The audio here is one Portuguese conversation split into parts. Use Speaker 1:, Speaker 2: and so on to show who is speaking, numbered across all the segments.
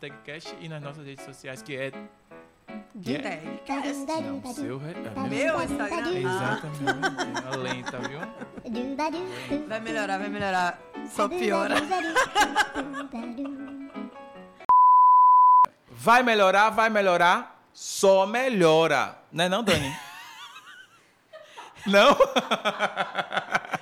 Speaker 1: Tagcast e nas nossas redes sociais, que é.
Speaker 2: De Tagcast.
Speaker 1: Não, seu. re- É meu.
Speaker 2: é Meu Instagram.
Speaker 1: É
Speaker 2: Ah,
Speaker 1: Exatamente. A lenta, viu?
Speaker 2: vai melhorar, vai melhorar. Só piora.
Speaker 1: Vai melhorar, vai melhorar, só melhora. Não é não, Dani? não?
Speaker 2: tá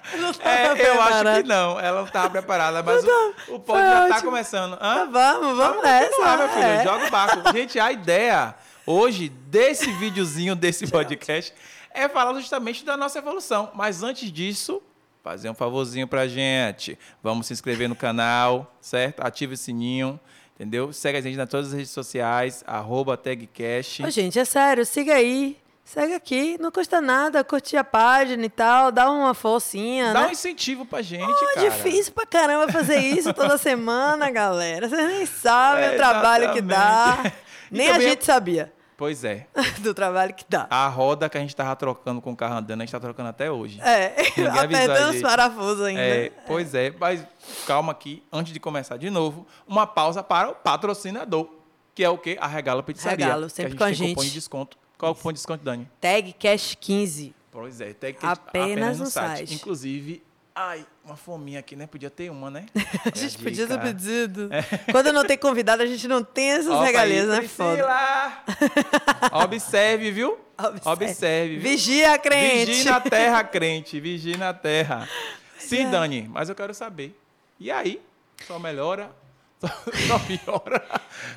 Speaker 1: É, eu acho que não. Ela não estava preparada, mas o, o pod
Speaker 2: Foi
Speaker 1: já está
Speaker 2: ótimo. Tá
Speaker 1: começando. Hã?
Speaker 2: Ah, Vamos, vamos nessa.
Speaker 1: Vamos lá, meu filho.
Speaker 2: é.
Speaker 1: Joga o barco. Gente, a ideia hoje desse videozinho, desse podcast, é falar justamente da nossa evolução. Mas antes disso, fazer um favorzinho pra gente. Vamos se inscrever no canal, certo? Ative o sininho, entendeu? Segue a gente nas todas as redes sociais, arroba tagcast.
Speaker 2: Ô, gente, é sério, siga aí. Segue aqui, não custa nada curtir a página e tal, dá uma forcinha,
Speaker 1: Dá um
Speaker 2: né?
Speaker 1: incentivo pra gente,
Speaker 2: Pô, é
Speaker 1: cara.
Speaker 2: difícil pra caramba fazer isso toda semana, galera. Vocês nem sabem
Speaker 1: É,
Speaker 2: o trabalho que dá.
Speaker 1: exatamente. E
Speaker 2: Nem a
Speaker 1: também- Ah,
Speaker 2: gente sabia
Speaker 1: Pois é.
Speaker 2: do trabalho que dá.
Speaker 1: A roda que a gente tava trocando com o carro andando, a gente tá trocando até hoje.
Speaker 2: É,
Speaker 1: Ninguém avisou a
Speaker 2: apertando os
Speaker 1: gente.
Speaker 2: parafusos ainda.
Speaker 1: É, pois é, mas calma aqui, antes de começar de novo, uma pausa para o patrocinador, que é o quê? A Regalo Pizzaria.
Speaker 2: Regalo,
Speaker 1: que
Speaker 2: sempre
Speaker 1: a gente
Speaker 2: com a
Speaker 1: tem cupom de
Speaker 2: gente.
Speaker 1: desconto. Qual é o cupom de desconto, Dani?
Speaker 2: Tag Cash 15.
Speaker 1: Pois é, tem que
Speaker 2: Apenas no site.
Speaker 1: Inclusive, ai, uma fominha aqui, né? Podia ter uma, né?
Speaker 2: A gente podia ter pedido. Quando não tem convidado, a gente não tem essas
Speaker 1: É. Opa aí,
Speaker 2: regalias, né? Foda.
Speaker 1: Priscila! Observe, viu?
Speaker 2: Observe.
Speaker 1: Observe viu?
Speaker 2: Vigia, crente.
Speaker 1: Vigie na terra, crente. Vigie na terra. Sim, Dani, mas eu quero saber. E aí? Só melhora? Só, só piora?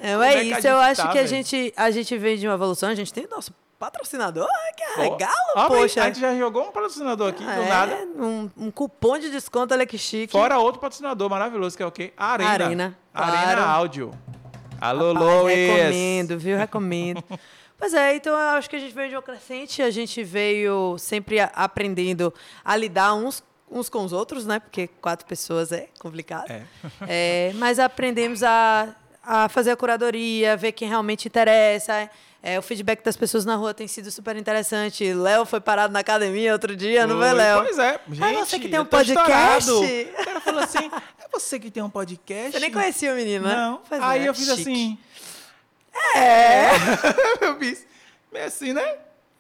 Speaker 2: Não
Speaker 1: Como
Speaker 2: é,
Speaker 1: que a
Speaker 2: isso,
Speaker 1: gente
Speaker 2: eu acho
Speaker 1: tá,
Speaker 2: que a
Speaker 1: velho?
Speaker 2: gente, a gente vem de uma evolução, a gente tem nosso patrocinador, que é
Speaker 1: Ó,
Speaker 2: regalo,
Speaker 1: ó, mas
Speaker 2: poxa.
Speaker 1: A gente já jogou um patrocinador aqui, do
Speaker 2: É,
Speaker 1: nada.
Speaker 2: Um, um cupom de desconto, olha que chique.
Speaker 1: Fora outro patrocinador maravilhoso, que é o quê? A Arena.
Speaker 2: Arena,
Speaker 1: Arena
Speaker 2: claro.
Speaker 1: Áudio. Alô,
Speaker 2: Rapaz,
Speaker 1: Lois.
Speaker 2: Recomendo, viu? Recomendo. pois é, então eu acho que a gente veio de uma crescente, a gente veio sempre a- aprendendo a lidar uns, uns com os outros, né? Porque quatro pessoas é complicado.
Speaker 1: É.
Speaker 2: É, mas aprendemos a, a fazer a curadoria, ver quem realmente interessa. É, o feedback das pessoas na rua tem sido super interessante. Léo foi parado na academia outro dia, não foi,
Speaker 1: Oi,
Speaker 2: Léo?
Speaker 1: Pois é. Gente,
Speaker 2: Ah, você que tem um
Speaker 1: eu tô
Speaker 2: podcast?
Speaker 1: estourado. O cara falou assim, é você que tem um podcast?
Speaker 2: Você nem conhecia o menino, né?
Speaker 1: Não.
Speaker 2: Pois
Speaker 1: Aí
Speaker 2: é,
Speaker 1: eu fiz
Speaker 2: chique.
Speaker 1: assim. É. eu fiz. Meio assim, né?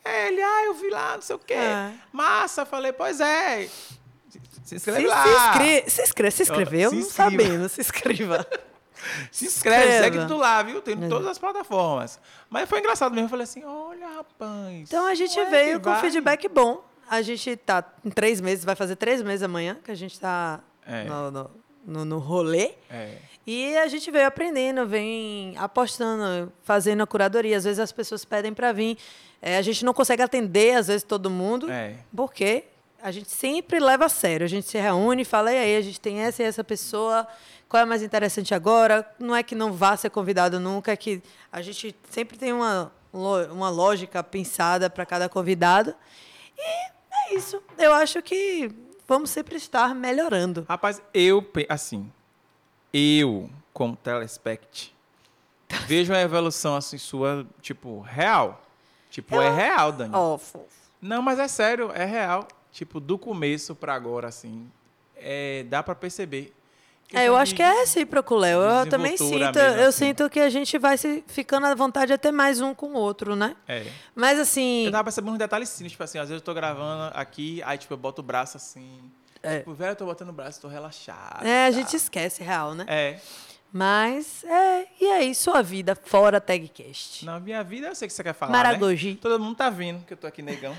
Speaker 1: É, ele, ah, eu vi lá, não sei o quê.
Speaker 2: É.
Speaker 1: Massa, falei, pois é. Se- Se inscreve
Speaker 2: Se,
Speaker 1: lá.
Speaker 2: se, inscre- se inscre- se inscreveu?
Speaker 1: se
Speaker 2: não
Speaker 1: inscreva.
Speaker 2: sabendo, se inscreva.
Speaker 1: Se inscreve,
Speaker 2: inscreva.
Speaker 1: segue tu lá, viu? Tem em
Speaker 2: É.
Speaker 1: todas as plataformas. Mas foi engraçado mesmo. Eu falei assim, olha, rapaz.
Speaker 2: Então a gente
Speaker 1: como é que
Speaker 2: veio com
Speaker 1: vai?
Speaker 2: feedback bom. A gente tá em três meses, vai fazer três meses amanhã que a gente tá
Speaker 1: É.
Speaker 2: no, no, no, no rolê.
Speaker 1: É.
Speaker 2: E a gente veio aprendendo, vem apostando, fazendo a curadoria. Às vezes as pessoas pedem para vir. É, a gente não consegue atender, às vezes, todo mundo.
Speaker 1: É.
Speaker 2: Porque a gente sempre leva a sério. A gente se reúne e fala, e aí, a gente tem essa e essa pessoa, qual é mais interessante agora? Não é que não vá ser convidado nunca, é que a gente sempre tem uma, lo- uma lógica pensada para cada convidado. E é isso. Eu acho que vamos sempre estar melhorando.
Speaker 1: Rapaz, eu, pe- assim, eu, como telespect, vejo uma evolução, assim, sua, tipo, real. Tipo, é real, Dani.
Speaker 2: Ó, fofo.
Speaker 1: Não, mas é sério, é real. Tipo, do começo pra agora, assim, é, dá pra perceber.
Speaker 2: É, eu acho que é
Speaker 1: essa.
Speaker 2: recíproco, Léo. Eu também
Speaker 1: desenvoltura
Speaker 2: sinto,
Speaker 1: mesmo,
Speaker 2: eu
Speaker 1: assim.
Speaker 2: sinto que a gente vai se ficando à vontade até mais um com o outro, né?
Speaker 1: É.
Speaker 2: Mas
Speaker 1: Eu
Speaker 2: assim,
Speaker 1: tava percebendo uns detalhes simples, tipo assim, às vezes eu tô gravando aqui, aí, tipo, eu boto o braço assim.
Speaker 2: É.
Speaker 1: Tipo, velho, eu tô botando o braço, tô relaxado.
Speaker 2: é,
Speaker 1: tá?
Speaker 2: a gente esquece real, né?
Speaker 1: É.
Speaker 2: Mas é, e aí sua vida fora Tagcast?
Speaker 1: Na minha vida, eu sei o que você quer falar, né?
Speaker 2: Maragogi.
Speaker 1: Todo mundo tá vendo que eu tô aqui negão.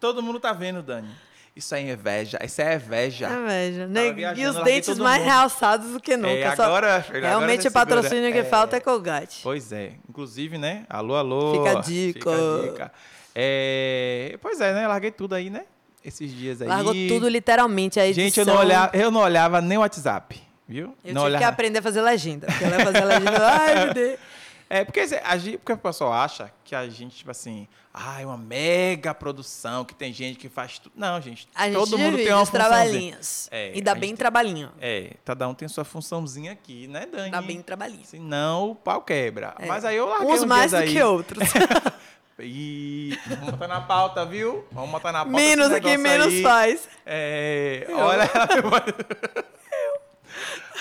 Speaker 1: Todo mundo tá vendo, Dani. Isso é inveja. Isso é inveja.
Speaker 2: Ah, veja,
Speaker 1: Tava
Speaker 2: né? E
Speaker 1: viajando,
Speaker 2: os
Speaker 1: larguei
Speaker 2: dentes
Speaker 1: todo
Speaker 2: mais
Speaker 1: mundo.
Speaker 2: realçados do que nunca.
Speaker 1: É,
Speaker 2: Só-
Speaker 1: agora, filho, agora
Speaker 2: realmente
Speaker 1: você
Speaker 2: o patrocínio
Speaker 1: segura.
Speaker 2: que
Speaker 1: É.
Speaker 2: falta é Colgate.
Speaker 1: Pois é. Inclusive, né? Alô, alô.
Speaker 2: Fica a dica.
Speaker 1: Fica a dica. É, Pois é, né? Larguei tudo aí, né? Esses dias aí.
Speaker 2: Largou tudo literalmente. A
Speaker 1: Gente, eu não,
Speaker 2: edição-
Speaker 1: olhava, eu não olhava nem o WhatsApp, viu?
Speaker 2: Eu
Speaker 1: não
Speaker 2: tive que
Speaker 1: olhava.
Speaker 2: aprender a fazer legenda. Porque ela ia fazer legenda. Ai, meu Deus.
Speaker 1: É, porque, se- a gente, porque o pessoal acha que a gente, tipo assim, ah, é uma mega produção, que tem gente que faz tudo. Não, gente.
Speaker 2: A gente
Speaker 1: todo mundo
Speaker 2: divide
Speaker 1: tem uma
Speaker 2: os
Speaker 1: funçãozinha.
Speaker 2: trabalhinhos.
Speaker 1: É,
Speaker 2: e dá
Speaker 1: a gente
Speaker 2: bem
Speaker 1: tem-
Speaker 2: trabalhinho.
Speaker 1: É, cada um tem sua funçãozinha aqui, né, Dani?
Speaker 2: Dá bem trabalhinho.
Speaker 1: Senão o pau quebra.
Speaker 2: É.
Speaker 1: Mas aí eu larguei
Speaker 2: Uns mais do
Speaker 1: dias aí.
Speaker 2: que outros.
Speaker 1: Ih, vamos botar na pauta, viu? Vamos botar na pauta.
Speaker 2: menos
Speaker 1: esse
Speaker 2: aqui,
Speaker 1: negócio
Speaker 2: menos
Speaker 1: aí.
Speaker 2: faz.
Speaker 1: É,
Speaker 2: Eu.
Speaker 1: olha.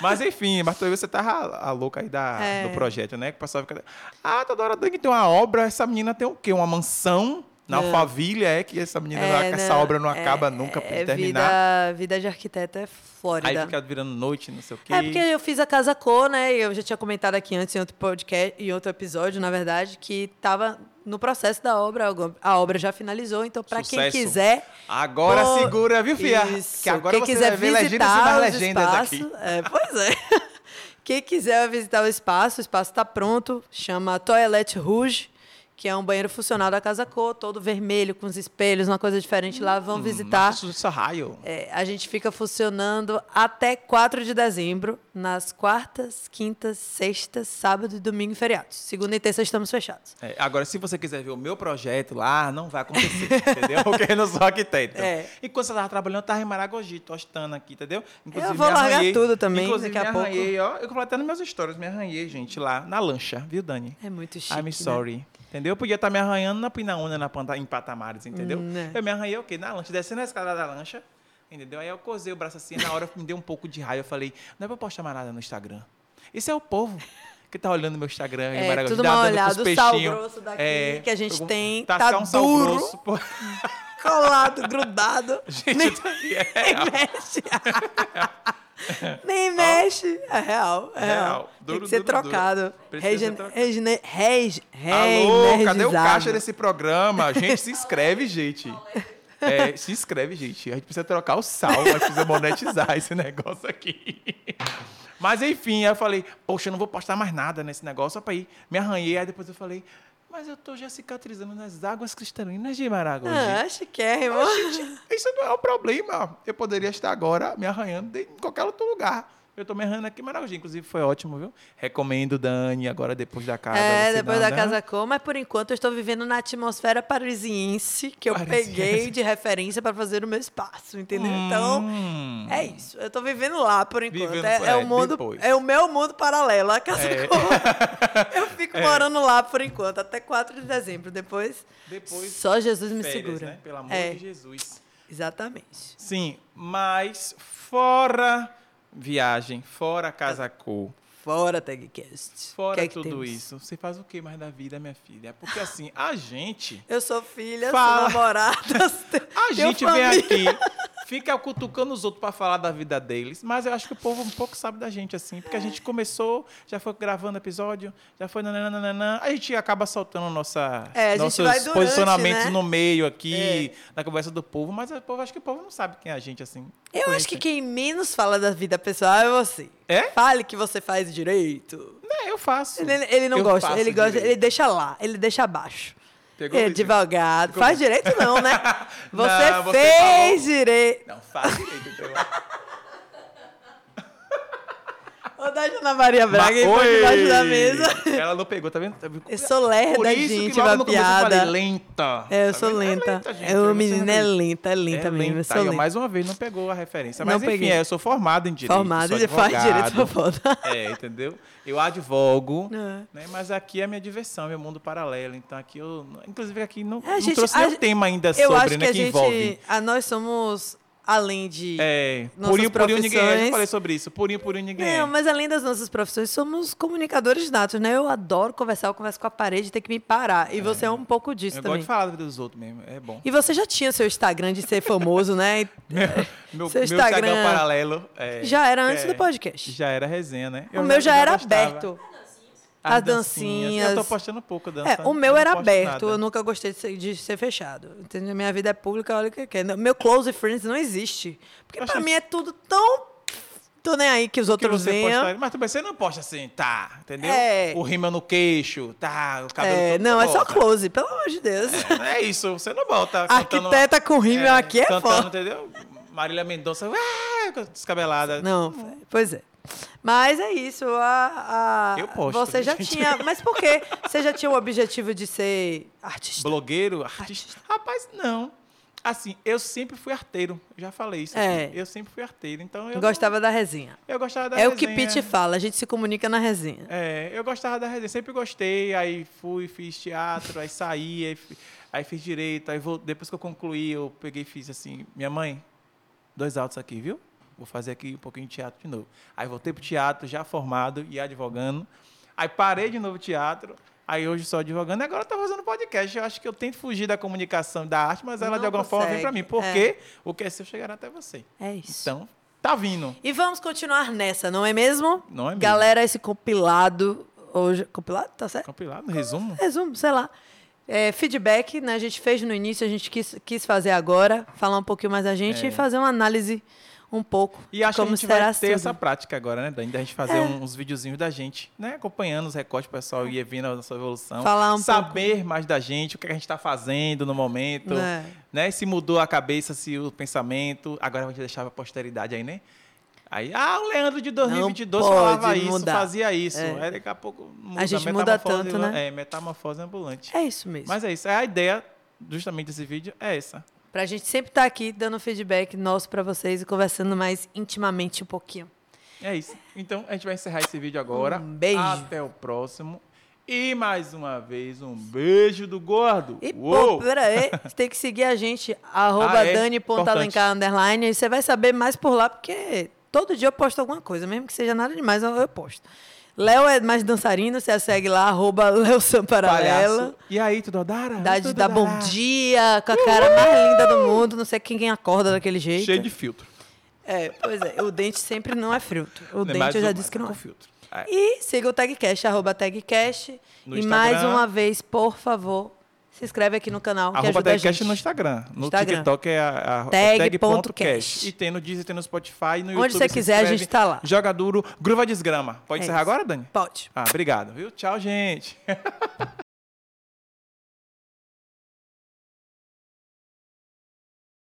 Speaker 1: Mas enfim, Bartolomeu, você tava a louca aí da,
Speaker 2: É.
Speaker 1: do projeto, né? Que passava. cada- Ah, Todora Dang tem uma obra, essa menina tem o quê? Uma mansão na Alphaville, é que essa menina,
Speaker 2: É,
Speaker 1: essa
Speaker 2: não,
Speaker 1: obra não
Speaker 2: é-
Speaker 1: acaba nunca pra
Speaker 2: é
Speaker 1: terminar.
Speaker 2: Vida, vida de arquiteto é Flórida.
Speaker 1: Aí fica virando noite, não sei o quê.
Speaker 2: É porque eu fiz a Casa Cor, né? e Eu já tinha comentado aqui antes em outro podcast, em outro episódio, na verdade, que estava no processo da obra. A obra já finalizou, então para quem
Speaker 1: Sucesso.
Speaker 2: quiser,
Speaker 1: Agora
Speaker 2: Pô,
Speaker 1: segura, viu, Fia?
Speaker 2: Isso.
Speaker 1: Que agora
Speaker 2: Quem
Speaker 1: você
Speaker 2: quiser
Speaker 1: vai ver legendas e
Speaker 2: visitar
Speaker 1: mais
Speaker 2: os
Speaker 1: legendas aqui.
Speaker 2: espaços- É, pois é. Quem quiser visitar o espaço, o espaço está pronto. Chama Toilette Rouge, que é um banheiro funcional da Casa Cor, todo vermelho, com os espelhos, uma coisa diferente lá.
Speaker 1: Hum,
Speaker 2: Vão visitar.
Speaker 1: Marcos Sarraio.
Speaker 2: É, a gente fica funcionando até 4 de dezembro, nas quartas, quintas, sextas, sábado e domingo e feriados. Segunda e terça estamos fechados.
Speaker 1: É, agora, se você quiser ver o meu projeto lá, não vai acontecer, entendeu? Porque eu não sou arquiteto.
Speaker 2: É.
Speaker 1: E quando você estava trabalhando, eu estava em Maragogi, tostando aqui, entendeu?
Speaker 2: vou
Speaker 1: me
Speaker 2: largar tudo também,
Speaker 1: inclusive,
Speaker 2: daqui a
Speaker 1: me arranhei, ó. Eu falei até nas minhas histórias, me arranhei, gente, lá na lancha, viu, Dani?
Speaker 2: É muito chique.
Speaker 1: I'm
Speaker 2: né?
Speaker 1: sorry. Entendeu? Eu podia estar me arranhando na Pinaúna, na Panta, em Patamares, entendeu?
Speaker 2: Hum, né?
Speaker 1: Eu me arranhei o quê? Na lancha, descendo a escada da lancha, entendeu? Aí eu cozei o braço assim, na hora me deu um pouco de raiva. Eu falei, não é pra postar mais nada no Instagram. Isso é o povo que tá olhando meu Instagram. aí,
Speaker 2: É,
Speaker 1: Maragogi,
Speaker 2: tudo
Speaker 1: dá
Speaker 2: mal
Speaker 1: dando com os
Speaker 2: olhado, o sal
Speaker 1: peixinhos.
Speaker 2: grosso daqui que a gente
Speaker 1: eu vou
Speaker 2: tem
Speaker 1: tacar
Speaker 2: tá
Speaker 1: um sal
Speaker 2: duro.
Speaker 1: grosso, pô.
Speaker 2: Colado, grudado.
Speaker 1: Gente, tá- é
Speaker 2: Nem mexe. Nem mexe. É real. É real.
Speaker 1: Real.
Speaker 2: Tem
Speaker 1: Duro,
Speaker 2: que ser
Speaker 1: duro, duro.
Speaker 2: trocado.
Speaker 1: Precisa
Speaker 2: Regen-
Speaker 1: ser trocado.
Speaker 2: regine- reg-
Speaker 1: Alô, cadê o
Speaker 2: reenergizado.
Speaker 1: caixa desse programa? Gente, se inscreve, gente. É, se inscreve, gente. A gente precisa trocar o sal, a gente precisa monetizar esse negócio aqui. Mas enfim, aí eu falei, poxa, eu não vou postar mais nada nesse negócio, só pra ir. Me arranhei, aí depois eu falei, mas eu tô já cicatrizando nas águas cristalinas de Maragogi.
Speaker 2: Ah, acho que é, irmão.
Speaker 1: Isso não é um problema. Eu poderia estar agora me arranhando de- em qualquer outro lugar. Eu tô me arranhando aqui em Maragogi, inclusive foi ótimo, viu? Recomendo, Dani, agora depois da casa.
Speaker 2: É,
Speaker 1: você
Speaker 2: depois
Speaker 1: dá,
Speaker 2: da
Speaker 1: né?
Speaker 2: Casa Cor, mas por enquanto eu estou vivendo na atmosfera parisiense que eu
Speaker 1: Parisiense.
Speaker 2: peguei de referência para fazer o meu espaço, entendeu? Então,
Speaker 1: Hum.
Speaker 2: é isso. Eu estou vivendo lá por enquanto.
Speaker 1: Vivendo
Speaker 2: é,
Speaker 1: por-
Speaker 2: é
Speaker 1: é,
Speaker 2: o mundo,
Speaker 1: depois.
Speaker 2: é o meu mundo paralelo, a Casa
Speaker 1: É.
Speaker 2: Cor. Eu fico morando lá por enquanto, até 4 de dezembro. Depois,
Speaker 1: Depois,
Speaker 2: só Jesus me
Speaker 1: férias,
Speaker 2: segura.
Speaker 1: né? Pelo amor
Speaker 2: é,
Speaker 1: de Jesus.
Speaker 2: Exatamente.
Speaker 1: Sim, mas fora viagem, fora casa cor,
Speaker 2: Fora TagCast.
Speaker 1: fora
Speaker 2: Tá. Que é que
Speaker 1: tudo
Speaker 2: temos?
Speaker 1: isso, você faz o que mais da vida, minha filha? Porque assim, a gente,
Speaker 2: Eu sou filha,
Speaker 1: Fala.
Speaker 2: sou namorada.
Speaker 1: a
Speaker 2: tenho
Speaker 1: gente vem
Speaker 2: família.
Speaker 1: aqui, fica cutucando os outros pra falar da vida deles, mas eu acho que o povo um pouco sabe da gente assim,
Speaker 2: É.
Speaker 1: porque a gente começou, já foi gravando episódio, já foi nananana, a gente acaba soltando nossa
Speaker 2: É, a gente
Speaker 1: nossos
Speaker 2: vai durante,
Speaker 1: posicionamentos
Speaker 2: né? É.
Speaker 1: no meio aqui, na conversa do povo, mas o povo acho que o povo não sabe quem é a gente assim.
Speaker 2: Eu acho
Speaker 1: Conhece.
Speaker 2: que quem menos fala da vida pessoal é você.
Speaker 1: É?
Speaker 2: Fale que você faz direito.
Speaker 1: É, eu faço.
Speaker 2: Ele, ele não
Speaker 1: Eu
Speaker 2: gosta,
Speaker 1: faço
Speaker 2: ele gosta,
Speaker 1: direito.
Speaker 2: ele deixa lá, ele deixa abaixo.
Speaker 1: Pegou
Speaker 2: é,
Speaker 1: isso?
Speaker 2: devagar. Faz direito não, né? Você
Speaker 1: Não, você tá
Speaker 2: fez
Speaker 1: falou.
Speaker 2: direito.
Speaker 1: Não, faz direito. pelo amor.
Speaker 2: Ô, da Ana Maria Braga, então,
Speaker 1: Mas-
Speaker 2: entrou debaixo
Speaker 1: Oi!
Speaker 2: da mesa.
Speaker 1: Ela não pegou, tá vendo? Tá vendo?
Speaker 2: Eu sou lerda,
Speaker 1: Por isso
Speaker 2: gente,
Speaker 1: que logo
Speaker 2: uma
Speaker 1: no começo eu falei
Speaker 2: piada.
Speaker 1: lenta.
Speaker 2: É, eu
Speaker 1: Tá
Speaker 2: sou
Speaker 1: vendo?
Speaker 2: lenta.
Speaker 1: gente,
Speaker 2: É, o
Speaker 1: você
Speaker 2: menino é
Speaker 1: realmente-
Speaker 2: lenta, é lenta mesmo. Eu
Speaker 1: lenta.
Speaker 2: sou
Speaker 1: tá Aí, ó,
Speaker 2: lenta.
Speaker 1: Mais uma vez, não pegou a referência. Mas
Speaker 2: Não
Speaker 1: enfim,
Speaker 2: peguei.
Speaker 1: é, eu sou formado em direito.
Speaker 2: Formado,
Speaker 1: sou
Speaker 2: ele faz
Speaker 1: advogado.
Speaker 2: direito, é foda.
Speaker 1: É, entendeu? Eu advogo,
Speaker 2: É.
Speaker 1: né? mas aqui é a minha diversão, meu mundo paralelo. Então aqui eu. Inclusive aqui não,
Speaker 2: É,
Speaker 1: não
Speaker 2: gente,
Speaker 1: trouxe
Speaker 2: a
Speaker 1: nenhum
Speaker 2: gen-
Speaker 1: tema ainda
Speaker 2: Eu
Speaker 1: sobre,
Speaker 2: acho que
Speaker 1: né?
Speaker 2: a
Speaker 1: Que,
Speaker 2: gente,
Speaker 1: envolve.
Speaker 2: ah, nós somos além de
Speaker 1: É,
Speaker 2: nossas
Speaker 1: purinho, purinho, ninguém é. Eu já
Speaker 2: profissões.
Speaker 1: falei sobre isso. Purinho, purinho, ninguém é.
Speaker 2: Não, mas além das nossas profissões, somos comunicadores natos, né? Eu adoro conversar, eu converso com a parede, tem que me parar. E você é um pouco disso
Speaker 1: Eu gosto
Speaker 2: também.
Speaker 1: de falar da vida dos outros mesmo, é bom.
Speaker 2: E você já tinha seu Instagram de ser famoso, né? E
Speaker 1: Meu, meu,
Speaker 2: Seu
Speaker 1: meu Instagram,
Speaker 2: Instagram
Speaker 1: paralelo. é,
Speaker 2: já era antes
Speaker 1: é,
Speaker 2: do podcast.
Speaker 1: Já era resenha, né?
Speaker 2: o
Speaker 1: Eu
Speaker 2: meu
Speaker 1: já-
Speaker 2: já
Speaker 1: eu
Speaker 2: era
Speaker 1: gostava.
Speaker 2: aberto. As dancinhas.
Speaker 1: Eu tô postando pouco dança.
Speaker 2: É, o
Speaker 1: eu
Speaker 2: meu
Speaker 1: não
Speaker 2: era
Speaker 1: posto
Speaker 2: aberto,
Speaker 1: nada.
Speaker 2: eu nunca gostei de ser, de ser fechado. Entendeu? Minha vida é pública, olha o que quer. Meu close friends não existe. Porque pra
Speaker 1: Oxente.
Speaker 2: mim é tudo tão. Tô nem aí que os
Speaker 1: Que
Speaker 2: outros
Speaker 1: você
Speaker 2: venham.
Speaker 1: posta, mas também você não posta assim, tá, entendeu?
Speaker 2: É.
Speaker 1: O rímel no queixo, tá, o cabelo
Speaker 2: É,
Speaker 1: todo
Speaker 2: não, é só
Speaker 1: coloca.
Speaker 2: close, pelo amor de Deus.
Speaker 1: É isso, você não bota. cantando-
Speaker 2: Arquiteta com rímel aqui é
Speaker 1: cantando,
Speaker 2: foda.
Speaker 1: entendeu? Marília Mendonça, ué, descabelada.
Speaker 2: Não, pois é. Mas é isso. A, a-
Speaker 1: Eu posto,
Speaker 2: Você já
Speaker 1: gente.
Speaker 2: tinha. Mas por quê? Você já tinha o objetivo de ser artista?
Speaker 1: Blogueiro, artista. Rapaz, não. Assim, eu sempre fui arteiro. Já falei isso.
Speaker 2: É.
Speaker 1: aqui. Eu sempre fui arteiro. Então eu.
Speaker 2: Gostava da resenha.
Speaker 1: Eu gostava da
Speaker 2: é o que
Speaker 1: resenha.
Speaker 2: Pete fala, a gente se comunica na resenha.
Speaker 1: É, eu gostava da resenha, sempre gostei, aí fui, fiz teatro, aí saí, aí, fi- aí fiz direito, aí vol- depois que eu concluí, eu peguei e fiz assim, minha mãe, dois altos aqui, viu? vou fazer aqui um pouquinho de teatro de novo. Aí voltei pro teatro, já formado e advogando. Aí parei de novo o teatro. Aí hoje só advogando e agora estou fazendo podcast. Eu acho que eu tento fugir da comunicação e da arte, mas ela
Speaker 2: Não
Speaker 1: de alguma forma vem
Speaker 2: consegue,
Speaker 1: para mim. Porque o que é seu chegará até você.
Speaker 2: É isso.
Speaker 1: Então, tá vindo.
Speaker 2: E vamos continuar nessa, não é mesmo?
Speaker 1: Não é mesmo.
Speaker 2: Galera, esse compilado hoje. Compilado? Tá certo?
Speaker 1: Compilado, um resumo.
Speaker 2: Resumo, sei lá. É, feedback, né? A gente fez no início, a gente quis, quis fazer agora, falar um pouquinho mais da gente e fazer uma análise um pouco.
Speaker 1: É. E acho
Speaker 2: como
Speaker 1: que a gente vai
Speaker 2: será É.
Speaker 1: ter
Speaker 2: tudo.
Speaker 1: essa prática agora, né, Dani? Da gente fazer um- uns videozinhos da gente, né? Acompanhando os recortes, o pessoal ia vindo a nossa evolução.
Speaker 2: Falar um
Speaker 1: Saber mais da gente, o que a gente está fazendo no momento.
Speaker 2: É.
Speaker 1: Né? Se mudou a cabeça, se o pensamento. Agora a gente deixava a posteridade aí, né? Aí, ah, o Leandro de 2022
Speaker 2: pode
Speaker 1: falava isso,
Speaker 2: mudar. É.
Speaker 1: fazia isso. Aí daqui a pouco muda,
Speaker 2: gente muda
Speaker 1: metamorfose,
Speaker 2: tanto, né?
Speaker 1: É, metamorfose ambulante.
Speaker 2: É isso mesmo.
Speaker 1: Mas é isso. É a ideia justamente desse vídeo é essa.
Speaker 2: Pra gente sempre estar aqui dando feedback nosso pra vocês e conversando mais intimamente um pouquinho.
Speaker 1: É isso. Então a gente vai encerrar esse vídeo agora.
Speaker 2: Um beijo.
Speaker 1: Até o próximo. E mais uma vez, um beijo do gordo.
Speaker 2: E,
Speaker 1: Uou!
Speaker 2: pô, peraí, você tem que seguir a gente, arroba
Speaker 1: Ah, é?
Speaker 2: Dani.alencar, underline, e você vai saber mais por lá, porque todo dia eu posto alguma coisa, mesmo que seja nada demais, eu, eu posto. Léo é mais dançarino, você segue lá, arroba Léo Samparalelo.
Speaker 1: Palhaço. E aí, tudo Dara?
Speaker 2: Dá de dar bom dia, com a cara mais linda do mundo, não sei quem, quem acorda daquele jeito.
Speaker 1: Cheio de filtro.
Speaker 2: É, pois é, o dente sempre não é fruto. O
Speaker 1: Né, mais
Speaker 2: dente eu já
Speaker 1: um-
Speaker 2: disse que não
Speaker 1: com
Speaker 2: é.
Speaker 1: filtro. É.
Speaker 2: E siga o TagCast, arroba TagCast.
Speaker 1: No
Speaker 2: e mais
Speaker 1: Instagram.
Speaker 2: uma vez, por favor, se inscreve aqui no canal, que
Speaker 1: Arroba
Speaker 2: ajuda a
Speaker 1: tagcast
Speaker 2: gente.
Speaker 1: no Instagram. No
Speaker 2: Instagram.
Speaker 1: TikTok é a, a
Speaker 2: Tag ponto
Speaker 1: tag.cast.
Speaker 2: cast.
Speaker 1: E tem no Deezer, tem no Spotify, no
Speaker 2: Onde
Speaker 1: YouTube.
Speaker 2: você
Speaker 1: se
Speaker 2: quiser, a
Speaker 1: inscreve.
Speaker 2: gente tá lá.
Speaker 1: Joga duro, gruva desgrama. Pode
Speaker 2: É
Speaker 1: encerrar
Speaker 2: isso.
Speaker 1: agora, Dani?
Speaker 2: Pode.
Speaker 1: Ah, obrigado, viu? Tchau, gente.